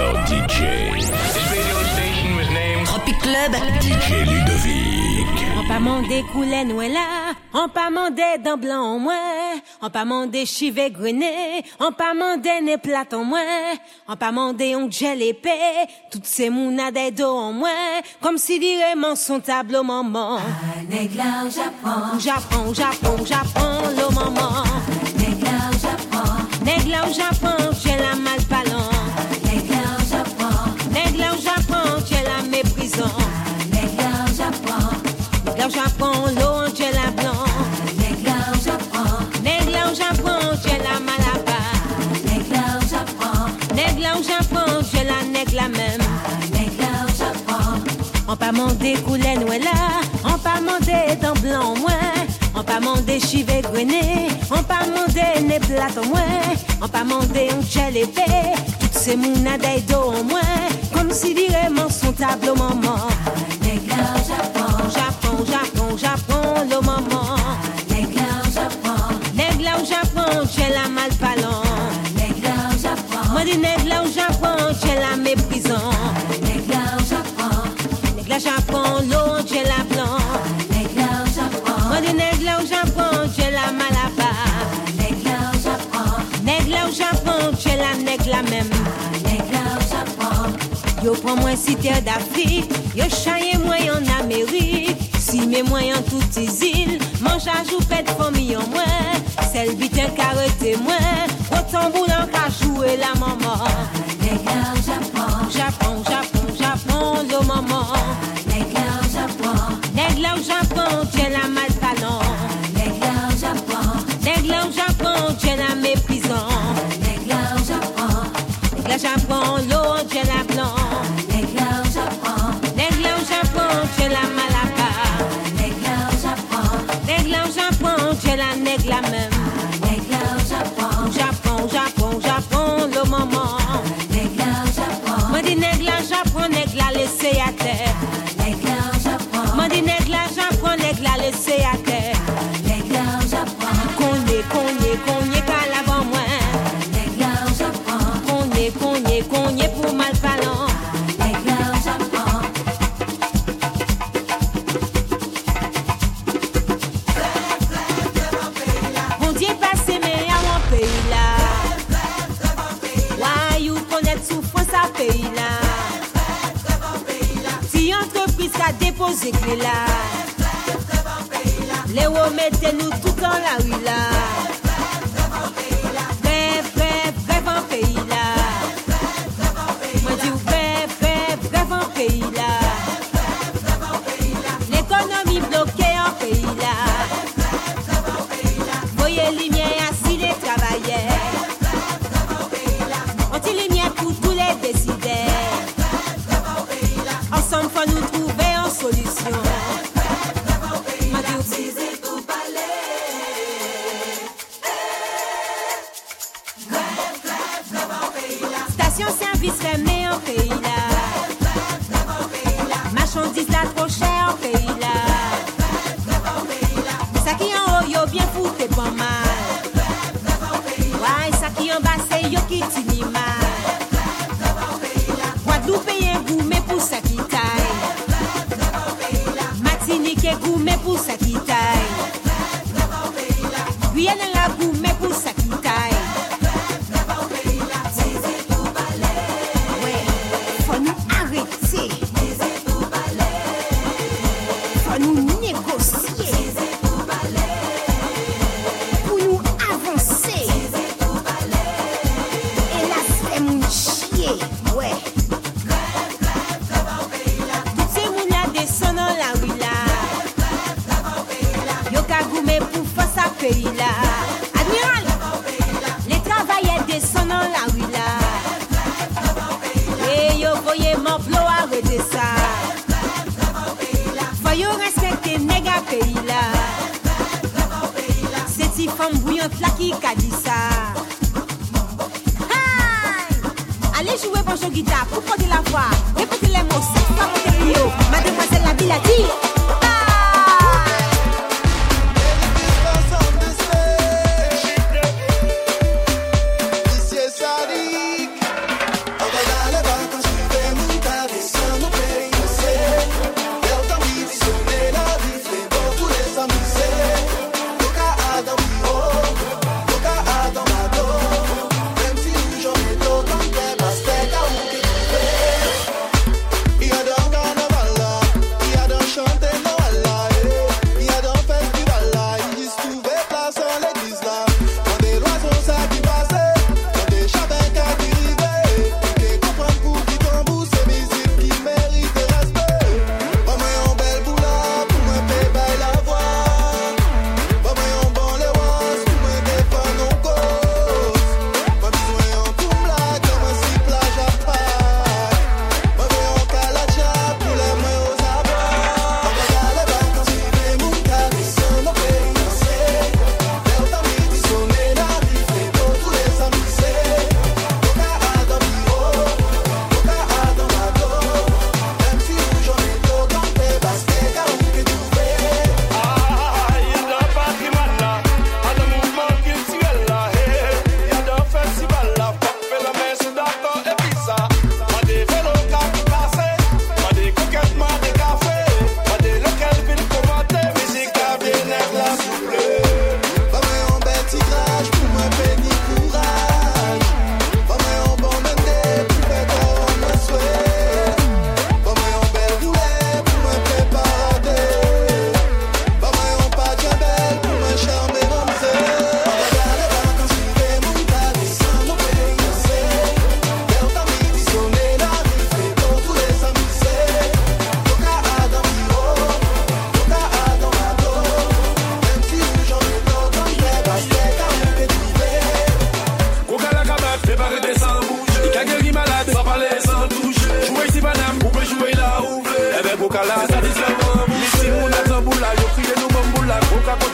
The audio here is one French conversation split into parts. DJ. This radio station was named Tropic Club. DJ Ludovic. An pa mande koule nou e la, an pa mande dan blan an mwen, an pa mande chive grene, an pa mande ne plat an mwen, an pa mande yon gel epè, tout se moun ade do an mwen, kom si direman son tablo maman. Nèg la ou Japon, Ou Japon, ou Japon, ou Japon, lo maman. nèg la ou Japon, Neg la ou Japon, jè la mal palan, nèg la ou Japon, neg la ou Japon, jè la méprisant, nèg la ou Japon, neg la ou Japon, lo an jè la blan, nèg la ou Japon, neg la ou Japon, jè la malaba. nèg la ou Japon, Nèg la ou Japon, je la nèg la même. nèg la ou Japon, On pas mandé couler nous là, on pas mandé dans blanc moins, on pas mandé chivé grené, on pas mandé né plat en moins, on pas mandé un gel épais, tout ces moun adèle do en moins, comme si dirait mon son tableau maman. nèg la ou Japon, Japon, Japon, Japon, le maman. nèg la ou Japon, Nèg la ou Japon, j'ai la mal parlant. nèg la ou Japon, Moi dis nèg la ou Japon, j'ai la méprisant. nèg la ou Japon, Nèg la Japon, l'eau, j'ai la blanc. nèg la ou Japon, Mwen di neg la ou Japon, jè la malaba nèg la ou Japon, Neg la ou Japon, jè la neg la mem nèg la ou Japon, Yo pran mwen sitè d'Afrik Yo chaye mwen yon Amerik Si mwen mwen yon tout izil Manj ajou pet fomi yon mwen Sel biten karete mwen Wotan boulan ka joue la maman nèg la ou Japon, Japon, Japon, Japon, lo maman nèg la ou Japon, Neg la ou Japon, jè la malpalan nèg la ou Japon, Neg la ou Japon, jè la mepizan nèg la ou Japon, Nèg la Japon, l'eau, j'ai la blanc. nèg la ou Japon, Nèg la au Japon, j'ai la malapa. nèg la ou Japon, Nèg la au Japon, j'ai la nèg la même. nèg la ou Japon, Japon, Japon, Japon, le maman. nèg la ou Japon, Moi dis nèg la Japon, nèg la laissé à terre. nèg la ou Japon. Moi dis nèg la Japon, nèg la laissé à terre. Nèg la ou Japon, Cogné, cogné, cogné par l'avant moi. nèg la ou Japon, Cogné, cogné, cogné pour mal parlant. nèg la ou Japon, Bon Dieu passé mais à mon pays là. Ouais, you connaît souffrance à pays là. Si entreprise a déposé clé là. Les remettez nous tout dans la rue là. Bref, bref, bref en pays là. Moi dis bref, bref, bref en pays là. L'économie bloquée en pays là. Voyez lumière assis les travailleurs. Anti lumière pour tous les décideurs. Ensemble, faut nous trouver en solution. Ma Dieu, Station service fermée en pays là. Marchandise là trop chère en pays là. Ça qui en haut, yo bien fouté pas mal. Why sa ki yon base yo ki tinima Guadeloupe yon goume pou sa ki tay Martinique yon goume pou sa ki tay Guyane la goume pou sa ki tay Ouais, faut nous arrêter. Faut nous négocier pour nous avancer. Et là, c'est mon chier, ouais. Tout ce monde là descend dans la rue là. Yo ka goumé pour faire ça pays là. Admiral, les travailleurs descendent dans la rue là. Et yo voyez mon blow arrêter ça. Faut yo respecter nègre pays là. C'est si femme bouillante là qui a dit ça. Hey! Allez jouer pour jeu guitare, pour porter la voix. Répétez les mots, c'est comme des bio. Mademoiselle la ville a dit. Bye! Ici est Sadik, on va dans les vacances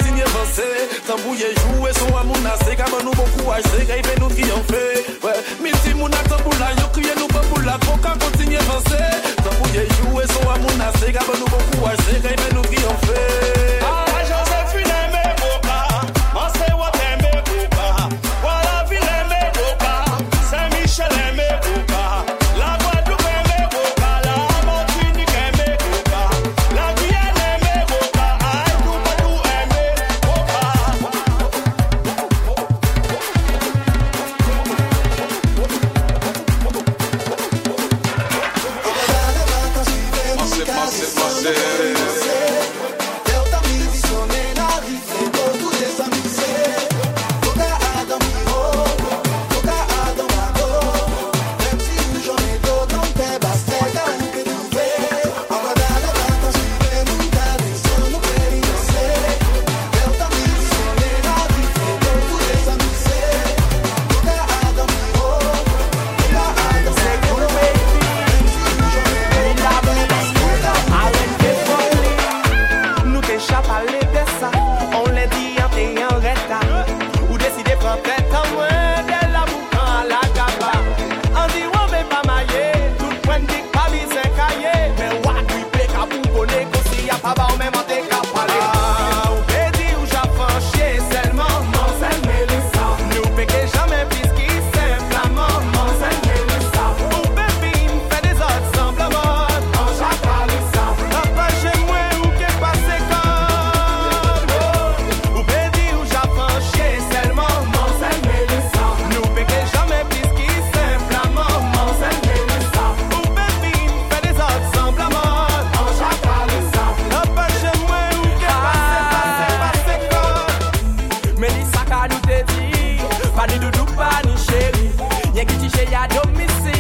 Eh ben, tambouye joue son amour na c'est comme nous bon courage c'est gay fait nous triompher ouais mais si mon tambou la yo crier nous pas pour la coca continue avancer tambouye joue son amour na c'est comme nous bon courage c'est gay fait nous triompher ah Josephine me boca moi c'est what me boca voilà ville me boca Saint Michel me boca la Guadeloupe me boca la Martinique me boca la Guyane me boca ay nous pas tout me boca Passez, passez, passez. Eu também visionei na vida todos esses amigos. Toda a dama roubo, toda a dama roubo. Même si le jour est tôt, non t'es basté, t'as un peu de fé. Aguardada, bata, si vê, nunca deixou no perinhocê. Eu também visionei na vida todos esses amigos. Toda a dama roubo, toda a dama roubo. Même si le jour est tôt, non t'es basté, t'as un peu de fé. Arèn te foli, nou te chap ale de sa On le di an te an reta Ou deside pran tèt an mwen De la moukan a la gaba An di wan me pa maye Tout pren dik pa mi se kaye Men wak li ple ka pou bone Kosi a pa ba ou men man te ka pale Ah, ou pe di ou japan chie Selman, man sel me le sa Nou pe ke jamen pis ki Semplaman, man sel me le sa Ou pe fi m fe de zot semblaman An chakal le sa Apache mwen ou ke pase kan Oh, Ou pe di ou japan chie Selman, man sel me le sa Nou pe ke jamen pis ki Semplaman, man sel me le sa Ou pe fi m fe de zot semblaman An chakal le sa Apache mwen ou ke pase, pase, pase kan Mè li sa ka nou te di Pa ni doudou, pa ni chéri Nye ki ti chè ya domisi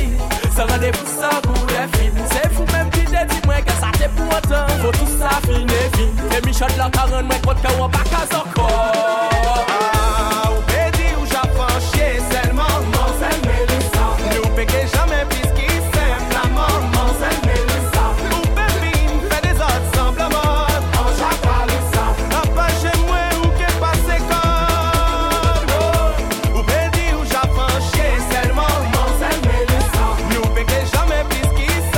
Se rendevou sa pou le fin Se fou mèm ki te di mwen ke sa te pou an tan Fò tout sa fin e fin E mi chot la ka ren mwen kont ke wap ak an zoko Ah, ou pe di ou japan chè selman Man sel mè li sa Nou pe ke jamè pis ki semplaman Man sel mè li sa Ou pe fin fè de zot semblaman An chakwa li sa Apache mwen ou ke pase kon oh. Ou pe di ou japan chè selman Man sel mè li sa Nou pe ke jamè pis ki semplaman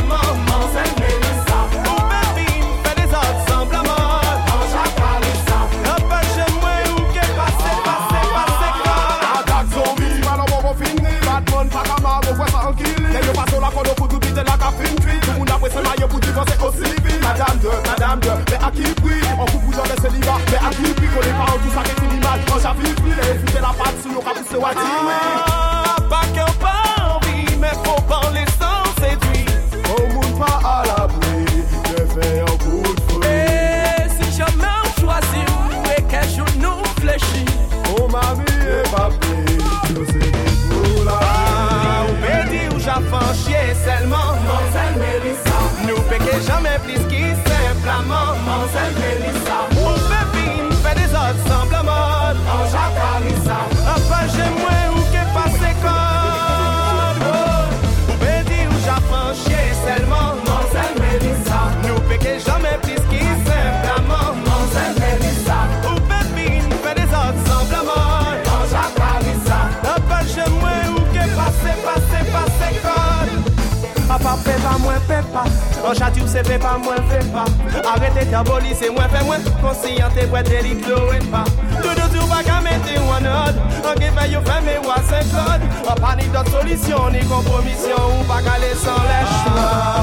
Man sel mè li sa Ou pe fin fè de zot semblaman An chakwa li sa Apache mwen ou ke pase, pase, pase kon Attaque zombie, man, on va finir. Batman, pas comme avant, ouais, ça en kill. Les vieux passent au lac, on a foutu vite la cafine cuite. Tout le monde a pressé maillot pour divorcer aussi vite. Madame de, madame de, mais à qui prix On coupe vous dans les célibats, mais à qui prix Qu'on est pas en tout ça qui finit mal. Quand j'avais pris, les réfutés, la patte, si on a poussé, ouais, dis Pas qu'un pas envie, mais faut pas les sans séduire oui. Au monde pas à l'abri, je fais un coup de feu. Et si jamais on choisit ou et qu'un jour nous fléchit Mon mari est papé, je sais que vous Ah, la ou pe di ou japan chie selman Man sel melisa Nou peke jamais plis ki semplaman Man sel melisa Ou pe fin fe de zot semblaman An jakalisa Apache mwen ou ke pase kon oh. Ou pe di ou japan chie selman Man sel melisa Nou peke jamais plis ki semplaman Man sel melisa Ou pe fin fe de zot semblaman An jakalisa Apache mwen ou ke pase, pase, pase kon A pa pe pa mwen pe pa An chati ou se pe pa mwen fe pa Arrete diaboli se mwen fe mwen Konsiyante pwe deli glowe pa Doudou tou pa ka mette ou anod An ge fe yo fe me Ah, wase kod An pa ni dot solisyon ni kompromisyon Ou pa kale san le chwa Oh.